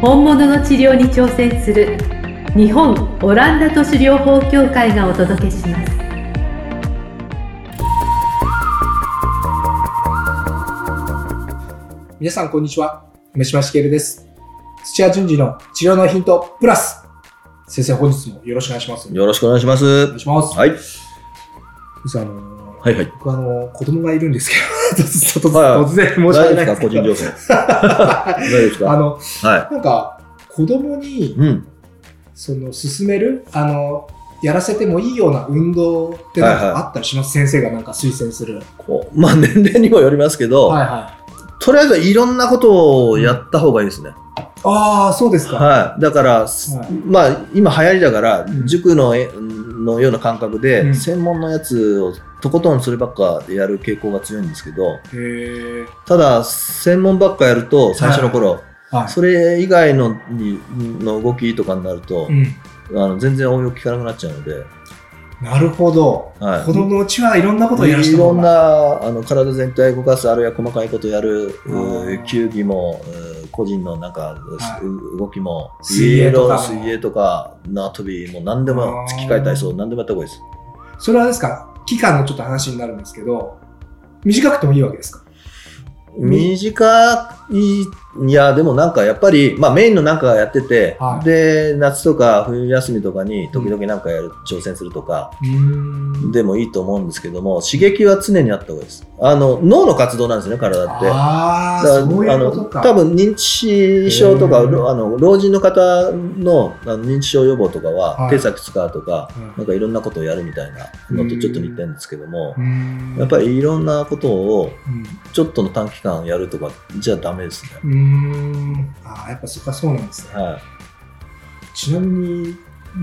本物の治療に挑戦する日本オランダ都市療法協会がお届けします皆さん、こんにちは。梅島茂です。土屋順次の治療のヒントプラス。先生、本日もよろしくお願いします。およろしくお願いします。願いします。はい。先生あのーはいはい。僕、あのー子供がいるんですけど、突突はい突然申し大丈訳な夫でいすでかす個け人ど、情報。大丈夫です あかの、はなんか、子供にい。、うん。その、勧める、あのーやらせてもいいような運動ってなんはいはかいあったりします、先生がなんか推薦する。こうまあ、年齢にもよりますけど、はいはい。とりあえずはいろんなことをやった方がいいですね。ああ、そうですか。はい。だから、いまあ、今流行りだから、ん塾のえのような感覚で、うん専門のやつをとことんそればっかやる傾向が強いんですけど、へえ。ただ、専門ばっかやると、最初の頃、はい。それ以外のにの動きとかになるとう、ん。あの全然応用効かなくなっちゃうので、なるほど。はい子供のうちはいろんなことをやらせいてろんがなあの体全体を動かす、あるいは細かいことをやる、うあーー球技も、うー個人のなんか、うはう動きも、水泳とかも水泳とか、縄跳び、もう何でもあ、ー突き替え体操、何でもやった方がいいです。それはですか、期間のちょっと話になるんですけど、短くてもいいわけですかみ短い、いや、でもなんかやっぱり、まあメインのなんかやってて、はいで、夏とか冬休みとかに時々なんかやる、挑戦するとか、うん。でもいいと思うんですけども、刺激は常にあった方がいいです。あの、脳の活動なんですね、体って。ああ、だそういあうのことか。多分認知症とかへーろあの老人の方のあの認知症予防とかは、はい手先使うとかうんなんかいろんなことをやるみたいなのとちょっと似てるんですけどもう、んやっぱりいろんなことをうんちょっとの短期間やるとかじゃダメですね。うーん。ああ、やっぱそっか、そうなんですね。はちなみに、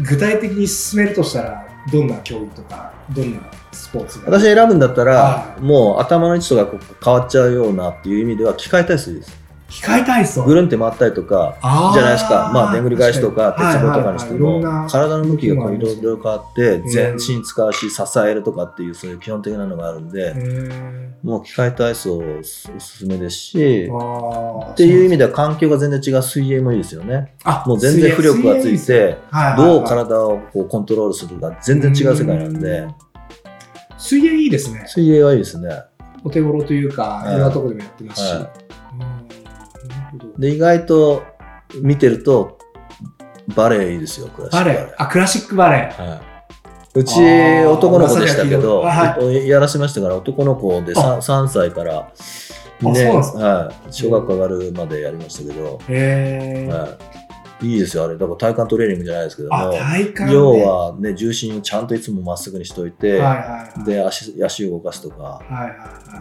具体的に進めるとしたら、どんな競技とか、どんなスポーツい、が私選ぶんだったはらいもう頭の位置とかこう変わっちゃうようなっていう意味では機械体操です。機械体操ぐるんって回ったりとかあーじゃないですか、まあ、でんぐり返しとか、鉄棒とかにしてはいもはいはい、いろんな体の向きがこういろいろ変わって、ん全身使うし、支えるとかっていう、そういう基本的なのがあるんで、へもう機械体操おすすめですしー、あーっていう意味では環境が全然違う水泳もいいですよね。あもう全然浮力がつ水泳い水泳て、はいはいはいどう体をこうコントロールするか、全然違う世界なんで、水泳いいですね水泳はいいですね。お手頃というかいはいろんなとこでもやってますし、はうんなるほどで、意外と見てると、バレエいいですよ、クラシッバクレエあクラシックバレエはいうあちー男の子でしたけど、はやらせましたから男の子で 3, 3歳から2そう年なんですかはい、小学校上がるまでやりましたけど、へえ、はい、いいですよあれだから体幹トレーニングじゃないですけどあも、体幹、ね、要は、ね、重心をちゃんといつもまっすぐにしといはて、いはいはいで足足を動かすとか、はいはい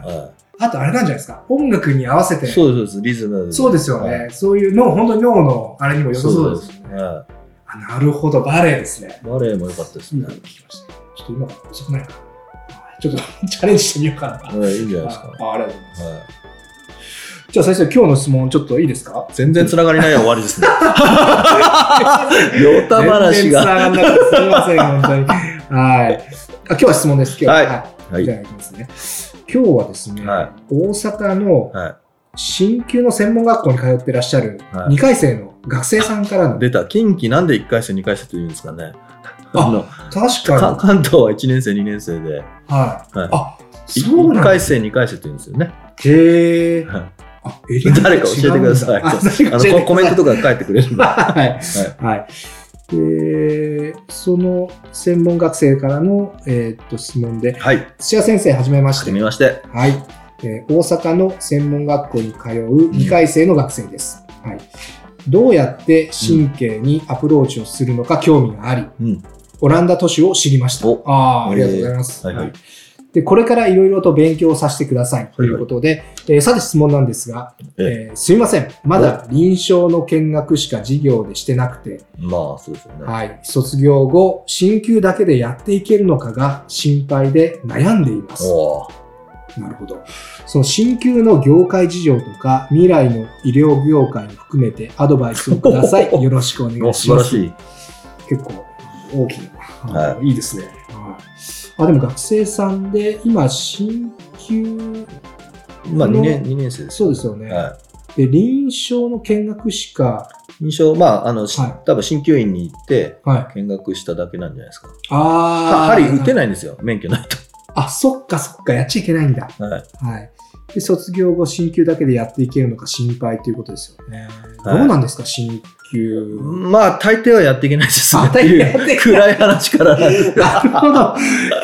はいはあとあれなんじゃないですか音楽に合わせてい、そうですそうですリズムそうですよね、はいそういう脳本当に脳のあれにも良さそうですよねはあなるほどバレエですねい、バレエも良かったですいいねこ、と聞きましたちょっと今から遅くないかなちょっとチャレンジしてみようかなはい、いいんじゃないですか、あありがとうございます、はい、じゃあ先生今日の質問ちょっといいですか全然つながりない終わ りですねヨタ話全然が繋がんなくてすみません、本当に。はい。あ今日は質問です。今日はいは。はいいじゃあ、いきますね。今日はですね、はい大阪のは鍼灸の専門学校に通ってらっしゃるはい2回生の学生さんからの、い、出た近畿なんで1回生2回生って言うんですかねああの確かに、か 関東は1年生2年生ではい。はいあ、そう1なんだ。回生2回生って言うんですよねへえ。はいあ、エリアが違うんだ誰か教えてくださあい誰あ か教えてくださのいココメントとか書いてくれる んではい。はい。で、その専門学生からの、えーっと質問で、はい土屋先生、はじめましはてじ。めましてはい、えー大阪の専門学校に通う2回生の学生です。はい、どうやって神経にアプローチをするのか興味があり、うんオランダ都市を知りましたお。あーありがとうございます。えーはいはいで、これからいろいろと勉強させてくださいということで、えーさて質問なんですが、ええーすいません。まだ臨床の見学しか授業でしてなくて、まあ、そうですよね。はい、卒業後、進級だけでやっていけるのかが心配で悩んでいます。おお。なるほど。その進級の業界事情とか、未来の医療業界も含めてアドバイスをください。よろしくお願いしま おす。素晴らしい。結構大きな、、はいいですね、はい、あでも学生さんで今進級まあ、あの2年、二年生です。そうですよね、はで臨床の見学しか、い。印象、まあ、あの、しは多分、鍼灸院に行って、はい、見学しただけなんじゃないですか。はあ針打ていないんですよ。免許ないあそっかそっかやっちゃいけないんだ、と。はい。はい、で卒業後進級だけでやっていけるのか心配ということですよね、はいどうなんですか進級、まあ、大抵はやっていけないですね。あ大抵やっていけない暗い話からなんですなるほど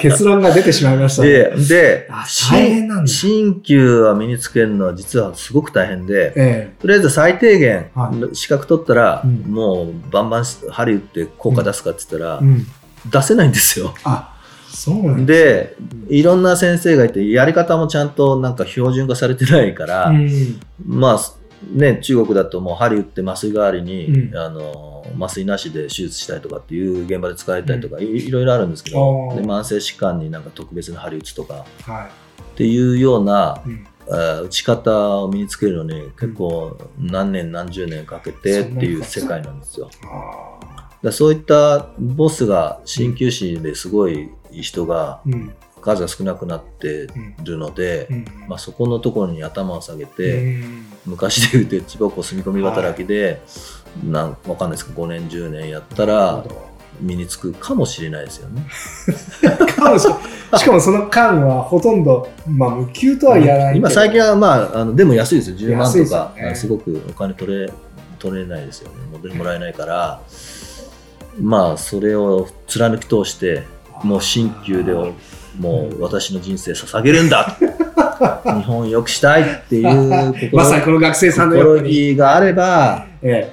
結論が出てしまいました、ね、 で、であ、大変なんだ鍼灸は身につけるのは実はすごく大変で、えとりあえず最低限は資格取ったら、うんもうバンバン針打って効果出すかって言ったら、えうん出せないんですよ。あそうなんだで、うんいろんな先生がいて、やり方もちゃんとなんか標準化されてないから、うんまあ、ね、中国だともう針打って麻酔代わりに、うんあの麻酔なしで手術したりとかっていう現場で使えたりとか、いいろいろあるんですけどあでー慢性疾患になんか特別な針打つとかはっていうような、い、うんえー打ち方を身につけるのに結構何年何十年かけてっていう世界なんですよ。だかああらそういったボスが鍼灸師ですごい人がうん数が少なくなってうんるので、うんまあ、そこのところに頭を下げて。うん昔で言うて千葉湖住み込み働きで、なんわかんないですけど5年10年やったら身につくかもしれないですよね。缶しかしかもその缶はほとんど、まあ、無給とは言わないけど今最近はまああのでも安いですよ10万安いとですよかねあすごくお金取れ取れないですよね戻りもらえないから、まあそれを貫き通してもう新旧でもう私の人生捧げる んだ日本を良くしたいっていう心,、まさにこの学生さんのよ心うに、意があればえ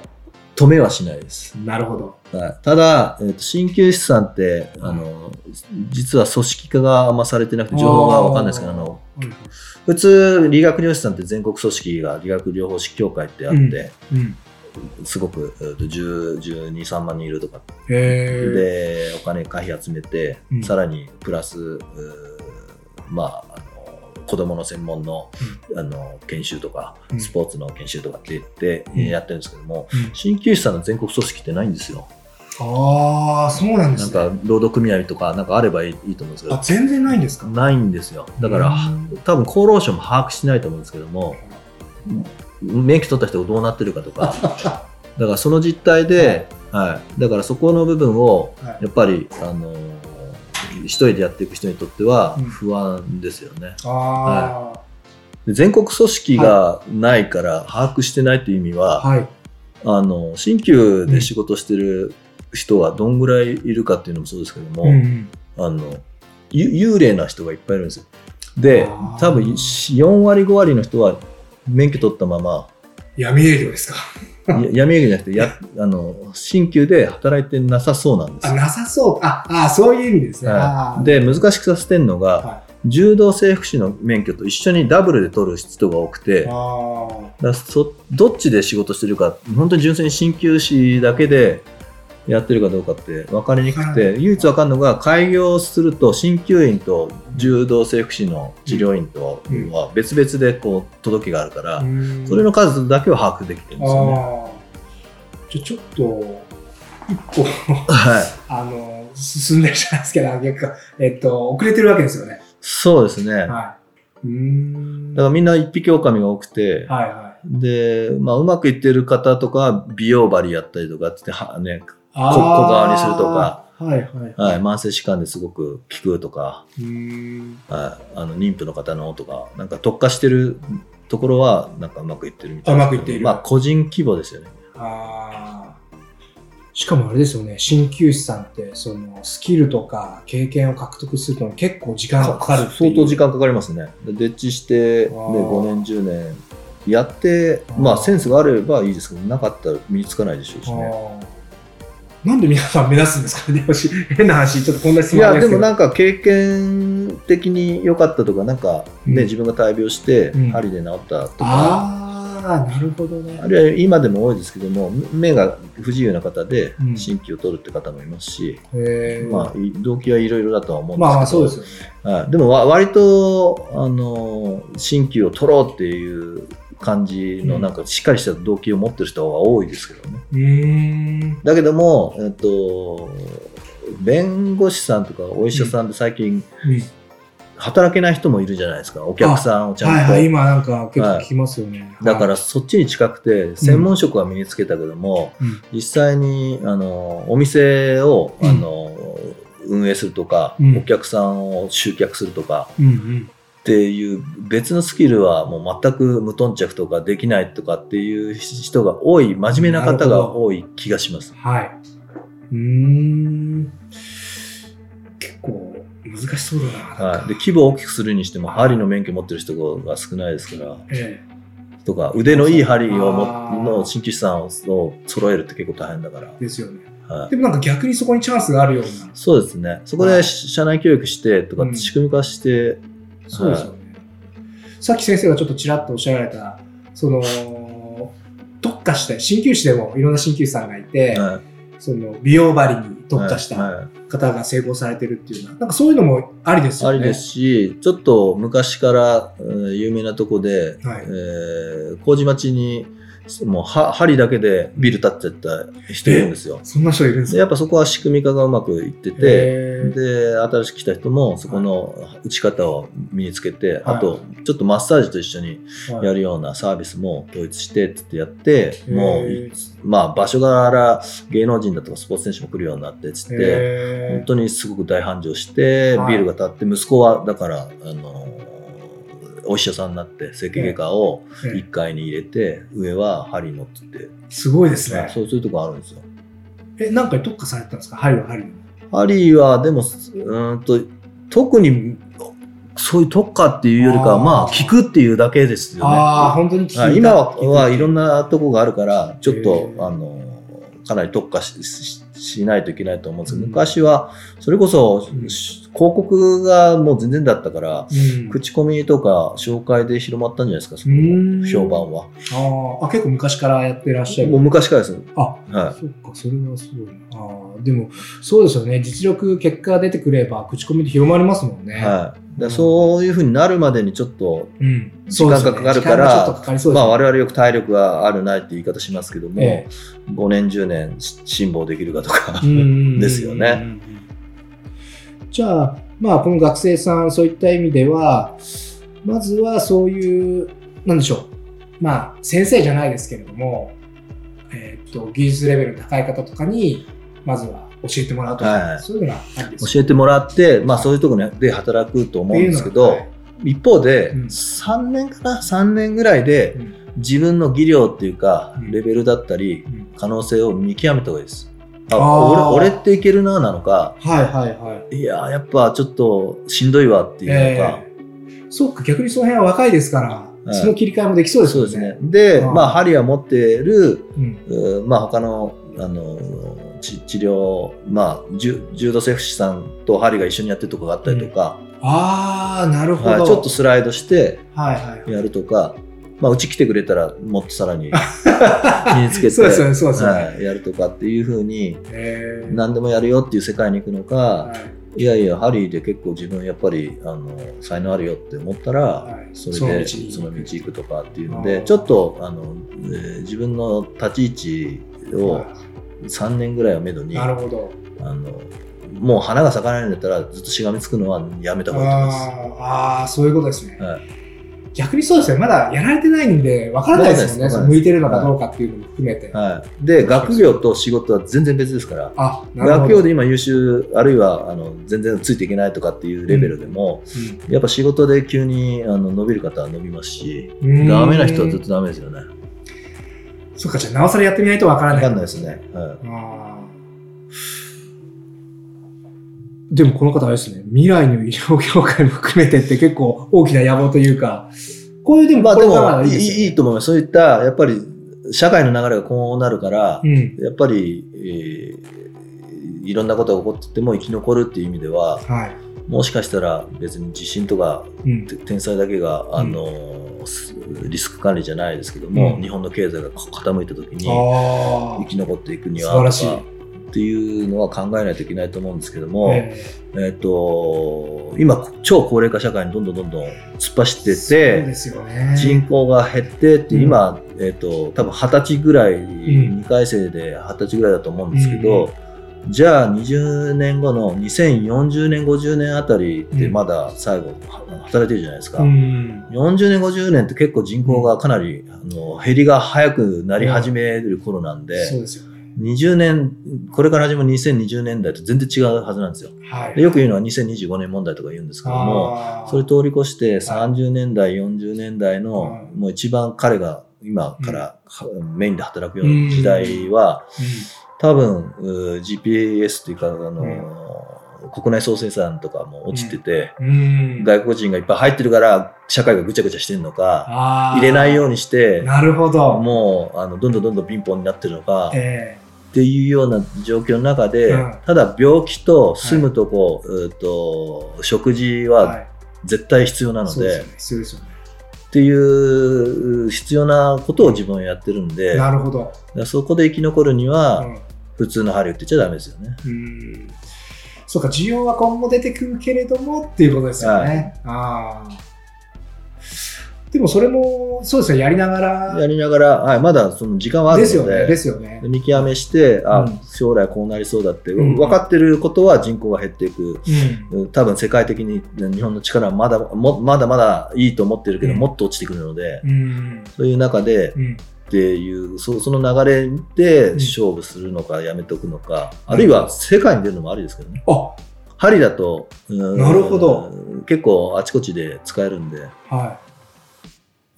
止めはしないです。え、なるほどはい、ただ、えーと鍼灸師さんって、あの実は組織化があんまされてなくて情報が分かんないですけどあのう普通理学療師さんって全国組織が理学療法士協会ってあって、んうんすごく、えーと10 12、3万人いるとかへえでお金会費集めて、うんさらにプラスうーまああの子供の専門の,、あの研修とか、うんスポーツの研修とかって言って、うんやってるんですけどもうん鍼灸師さんの全国組織ってないんですよ。ああそうなんでなすんねか労働組合とかなんかあればいいいいと思うんですけあど、全然ないんですかないんですよ。だから、うん多分厚労省も把握してないと思うんですけども、免許取った人がどうなってるかとか、だからその実態で、はい、だからそこの部分をはいやっぱり、あのー一人でやっていく人にとってはうん不安ですよね。あで全国組織がないから把握してないという意味あは、はい、あの新旧で仕事してる人はどんぐらいいるかっていうのもそうですけども、うんうんあのゆ幽霊な人がいっぱいいるんですよ。であー多分4割5割の人は免許取ったまま闇営業ですかや 闇営業じゃなくてやあの新旧で働いてなさそうなんであすよ。なさそうああそういう意味ですね、あはーい、で難しくさせてるのが、は柔道整復師の免許と一緒にダブルで取る人が多くてい、あだそどっちで仕事してるか本当に純粋に鍼灸師だけでやってるかどうかって分かりにくくて、はい唯一分かるのが開業すると鍼灸院と柔道整復師の治療院とは別々でこう届けがあるから、あうんそれの数だけは把握できてるんですよね。ああ。じゃあちょっと、一歩、はい、 あの、進んでるじゃないですけど、逆か。えっと、遅れてるわけですよね。そうですね、だかはい。うーん。らみんな一匹狼が多くて、はいはい。でまあ、うまくいってる方とかは美容針やったりとかっては、ねあー小顔にするとか。はいはい。はい、慢性疾患ですごく効くとかうーん。ああの妊婦の方のとか、なんか特化してるところは、なんかうまくいってるみたいあな。うまくいっているまあ、個人規模ですよね。ああ。しかもあれですよね、鍼灸師さんって、その、スキルとか経験を獲得するのに結構時間がかかるってい相う当時。間かかりますね。で、ッチして、であー5年、10年やってあ、ーまあ、センスがあればいいですけど、なかったら身につかないでしょうしね。ああなんで皆さん目指すんですかね、 私変な話、ちょっとこんな質い問あやれですけもどなんか経験的に良かったとかなんか、うねん自分が大病してうん針で治ったとか、ああ、なるほどね。あるいは今でも多いですけども目が不自由な方でうん神経を取るって方もいますし、えーまあ、い動機はいろいろだとは思うんですけど、まあ、そうですよね。はい、でもわ割とあの神経を取ろうっていう感じのうんなんかしっかりした動機を持ってる人は多いですけどね。うーん。だけども、えっと、弁護士さんとかお医者さんで最近うん働けない人もいるじゃないですかお客さんをちゃんと、はいはい、今なんか結構聞きますよね。だかはらそっちに近くて専門職は身につけたけども、い、実際にあのお店をうんあの、運営するとか、うんお客さんを集客するとかうん、うんっていう別のスキルはもう全く無頓着とかできないとかっていう人が多い真面目な方が多い気がしますうん。。はい。うーん。結構難しそうだな。なんはかい、で規模を大きくするにしても針の免許持ってる人が少ないですからえとか腕のいい針をもあーの鍼灸師さんをを揃えるって結構大変だかえですよね。ら、はいで、もなんか逆にそこにチャンスがあるような。そうですねそこはでい社内教育してとうかん仕組み化して、そうですよね。さっき先生がちょっとちらっとおっしゃられた、その、特化して、鍼灸師でもいろんな鍼灸師さんがいて、はいその美容針に特化しはいたはい方が成功されてるっていうのは、なんかそういうのもありですよあね。りですし、ちょっと昔から、えー有名なとこで、はいえー麹町にもうは針だけでビル建っちゃった人いるんですよ。そんな人いるんですでかやっぱそこは仕組み化がうまくいってて、へーで新しく来た人もそこの打ち方を身につけて、はいあとちょっとマッサージと一緒にはいやるようなサービスも統一してってやって、へーもう、まあ、場所柄芸能人だとかスポーツ選手も来るようになってっつって。へー本当にすごく大繁盛して、はいビールが立って息子はだからあのお医者さんになって整形外科をええ1階に入れて、上は針のっつって、すごいですね。そうそういうとこあるんですよ。え、なんかに特化されてたんですか針は針の。針はでもうーんと特にそういう特化っていうよりかはあーまあ効くっていうだけですよね。ああ、本当に聞いたはい今ははいろんなとこがあるからちょっとへ、ーあのかなり特化しししないといけないと思うんですけど、うん昔はそれこそ、うんし広告がもう全然だったから、うん口コミとか紹介で広まったんじゃないですか、そうんの評判は。あーあ、結構昔からやってらっしゃるもう。昔からですね。あ、はそっか、それはすごいな。ああ、でも、そうですよね。実力、結果が出てくれば、口コミで広まりますもんね。い。はいだかうんらそういうふうになるまでにちょっと、うん。時間がかかるからそうですよね時間がちょっとかかりそうですまね。あ我々よく体力があるないって言い方しますけども、ええ5年10年し辛抱できるかとか、うんうんうんうんですよね。じゃあ、まあ、この学生さん、そういった意味では、まずはそういう、なんでしょう、まあ、先生じゃないですけれども、えーっと、技術レベルの高い方とかに、まずは教えてもらうとか、はいそういうのがあるんです 教えてもらって、まあそういうところで働くと思うんですけど、っていうの一方で、うん3年かな3年ぐらいでがはい自分の技量っていうか、うんレベルだったりうんうん可能性を見極めた方がいいです。ああー俺俺っていけるななのかはいはいはい。いやーやっぱちょっとしんどいわっていうのか、えーそっか、逆にその辺は若いですから、はいその切り替えもできそうですそうよでね。すね。で、うんまあ針は持っている、うんうーまあ他のあの治治療、まあ重重度セフ士さんと針が一緒にやってるとこがあったりとか、ああ、なるほはいど。ちょっとスライドしてはいはいやるとか、まあうち来てくれたらもっとさ らに身につけて、そうですよね、そうですよね。はい、やるとかっていうふうにえー何でもやるよっていう世界に行くのか、はいい、やいやハリーで結構自分やっぱりあの才能あるよって思ったら、はいそそれでの道にその道行くとかっていうのあでーちょっとあの、えー自分の立ち位置を3年ぐらいをめどに、なるほど。あのもう花が咲かないんだったらずっとしがみつくのはやめた方がいいと思います。あーあー、そういうことですね。はい逆にそうですね、まだやられてないんで、わからないですもんわね、かそんのない向いですてるのかどうかっていうのも含めて。はい、で学業と仕事は全然別ですからあ、なるほど。学業で今優秀あるいはあの全然ついていけないとかっていうレベルでも、やっぱ仕事で急にあの伸びる方は伸びますし、うんダメな人はずっ。とダメですよね。そっか、じゃあ、なおさらやってみないとわからなわい。かんないですね。はいあーでもこの方あれですね、未来の医療業界も含めてって結構大きな野望というか、こういうでも、まあこでれからもはいいいいですよねいいと思います。そういったやっぱり社会の流れがこうなるから、うんやっぱり、えーいろんなことが起こってても生き残るっていう意味でははい。もしかしたら別に地震とかうん。て天才だけがあの、すリスク管理じゃないですけども、うん日本の経済が傾いた時にあ生き残っていくには素晴らしいとかっていうのは考えないといけないと思うんですけどあ。も、ええっと今超高齢化社会にどんどんどんどん突っ走ってえてそうですよね。人口が減ってって、うん今、えっと多分二十歳ぐらい、ん2回生で二十歳ぐらいだと思うんですけど、じゃあ20年後の2040年50年あたりってうんまだ最後は働いてるじゃないですか、うん。 40年50年って結構人口がかなりあの減りが早くなり始める頃なんで、そうですよね。 20年これから始まる2020年代と全然違うはずなんですよ。はでい。よく言うのは2025年問題とか言うんですけども。あーそれ通り越して30年代、40年代のうんもう一番彼が今からメインで働くような時代は多分うー GPS っていうかあの国内総生産とかも落ちててうん。うん。外国人がいっぱい入ってるから社会がぐちゃぐちゃしてるのかあー入れないようにしてなるほど。もうあのどんどんどんどん貧乏になってるのかえっていうような状況の中でうんただ病気と住むとこうーと食事えはは。絶対必要ないのそうですでよ。ね。必要ですよね。っていう必要なことを自分はやってるんで、なるほど。そこで生き残るにうは、ん普通の針打ってちゃダメですよね。うんそうか、需要は今後出てくるけれどもっていうことですよね。あーでもそれも、そうですよ、やりながやらりながら、はい、まだその時間はあるでのすでよね。ですよね。見極めして、あ、うん将来こうなりそうだって、うん分かってることは人口が減っていく。うん多分世界的に日本の力はまだもまだまだいいと思ってるけど、うんもっと落ちてくるので、うんそういう中でうんっていうそその流れでん勝負するのかやめておくのか、あるいは世界に出るのもありですけどね。あ針だと、うんなるほど結構あちこちで使えるんでは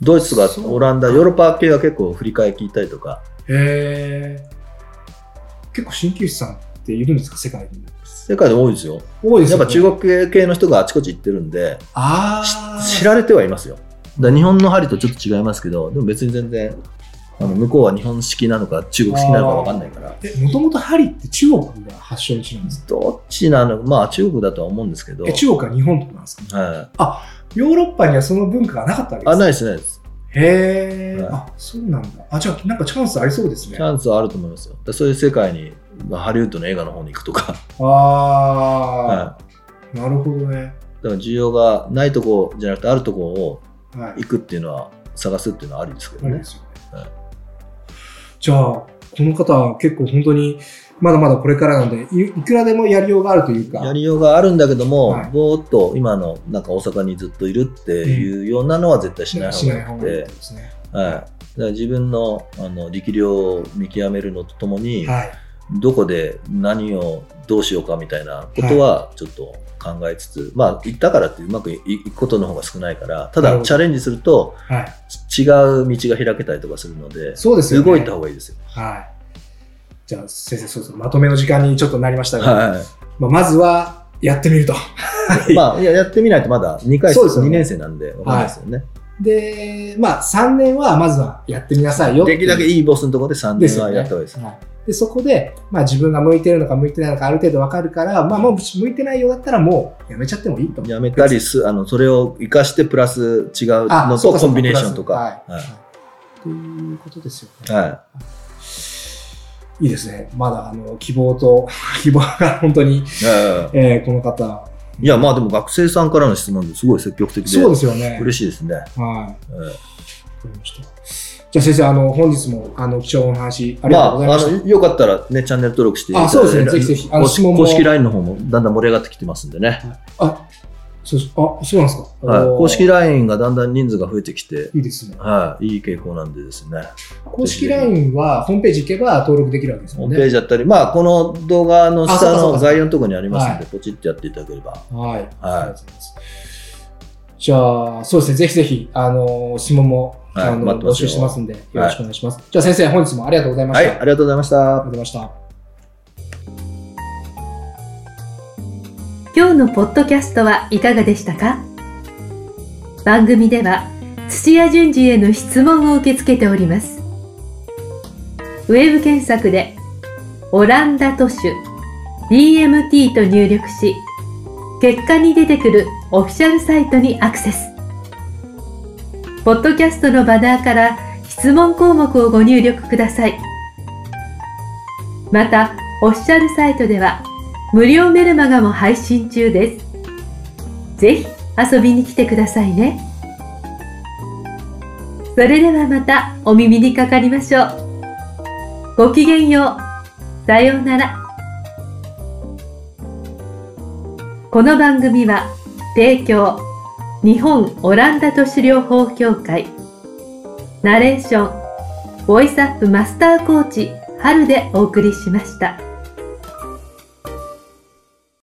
ドイツとそかうオランダヨーロッパ系は結構振り替え聞いたりとかい。へえ。結構鍼灸師さんっているんですか、世界に。世界で多いですよ多いですやよ、ね。っぱ中国系の人があちこち行ってるんでああ。し知られてはいますよだから日本の針とちょっと違いますけどでも別に全然あの向こうは日本式なのか中国式なのか分かんないからえ、もともと針って中国が発祥の地なんですかどっちなのまあ中国だとは思うんですけど、え、中国は日本とかなんですかはい、ヨーロッパにはその文化がなかったわけですあかないですないですへえ、はいあそうなんだ。あじゃあ、なんかチャンスありそうですチね。ャンスはあると思いますよだからそういう世界にまあハリウッドの映画の方に行くとか、あはいあ、なるほどね。だから需要がないとこじゃなくてあるとこをはい。行くっていうのは探すっていうのはありですけどあれねで。すよね。はいじゃあ、この方は結構本当に、まだまだこれからなんで、いいくらでもやりようがあるというか。やりようがあるんだけども、はいぼーっと今のなんか大阪にずっといるっていうようなのは絶対しないし方ないが良方くがいいってこてと、ですね。はい、だから自分のあの力量を見極めるのとともに、はい。どこで何をどうしようかみたいなことはちょっと考えつつ、まあ行ったからってうまくいいくことの方が少ないからたなるだほどチャレンジするとはい。違う道が開けたりとかするのでそうですよね。動いた方がいいですよ。はい。じゃあ、先生、そうそう、まとめの時間にちょっとなりましたが、はいまあ、まずは、やってみると。はいまあ、いややってみないとまだ2回そうですよね2年生なんで分かんないですよね。で、まあ、3年はまずはやってみなさいよっていでう。きるだけいいボスのところで3です年よはねやった方がいいです。はい、でそこで、まあ、自分が向いてるのか向いてないのかある程度わかるから、まあ、もう向いてないようだったらもうやめちゃってもいいと。やめたりす、あのそれを生かしてプラス違うあのそうかとそうコかンビネーションとか。はいはということですよいね。はいいですね。まだあの希望と、 希望が本当に、いやいやいやえーこの方、いや、まあでも学生さんからの質問ですごい積極的でそうですよね。嬉しいですね。はい。わかうんりました。じゃあ先生、あの本日もあの貴重なお話ありまがとうございあ、まあした。のよかったらね、チャンネル登録していただいて、あそうですねぜひぜひあの公質式問も公式 LINE の方もだんだん盛り上がってきてますんでね、あそうですあそうなんですか。はい、公式ラ LINE がだんだん人数が増えてきて、イン。いいですね。はい、いい傾向なんでですね。公式 LINE はホームページ行けば登録できるわけですホもーんムペーね。ジだったり、まあ、この動画のあそう下かそうのか概要のところにありますのはで、ポチってやっていただければ。はい。ありがとうございます。じゃあ、そうですね、ぜひぜひ、あの、質問も、はいあの待って募ます集よしてますんで、よろしくお願いします。じゃあ、先生、本日もありがとうございましはい、た。あありがとうございましたりがとう。ございました。今日のポッドキャストはいかがでしたか番組では土屋順次への質問を受け付けておりますウェブ検索で「オランダ都市 DMT と入力し、結果に出てくるオフィシャルサイトにアクセス。ポッドキャストのバナーから質問項目をご入力ください。また、オフィシャルサイトでは無料メルマガも配信中です。ぜひ遊びに来てくださいね。それではまたお耳にかかりましょう。ごきげんよう。さようなら。この番組は提供日本オランダ都市療法協会ナレーションボイスアップマスターコーチ春でお送りしました。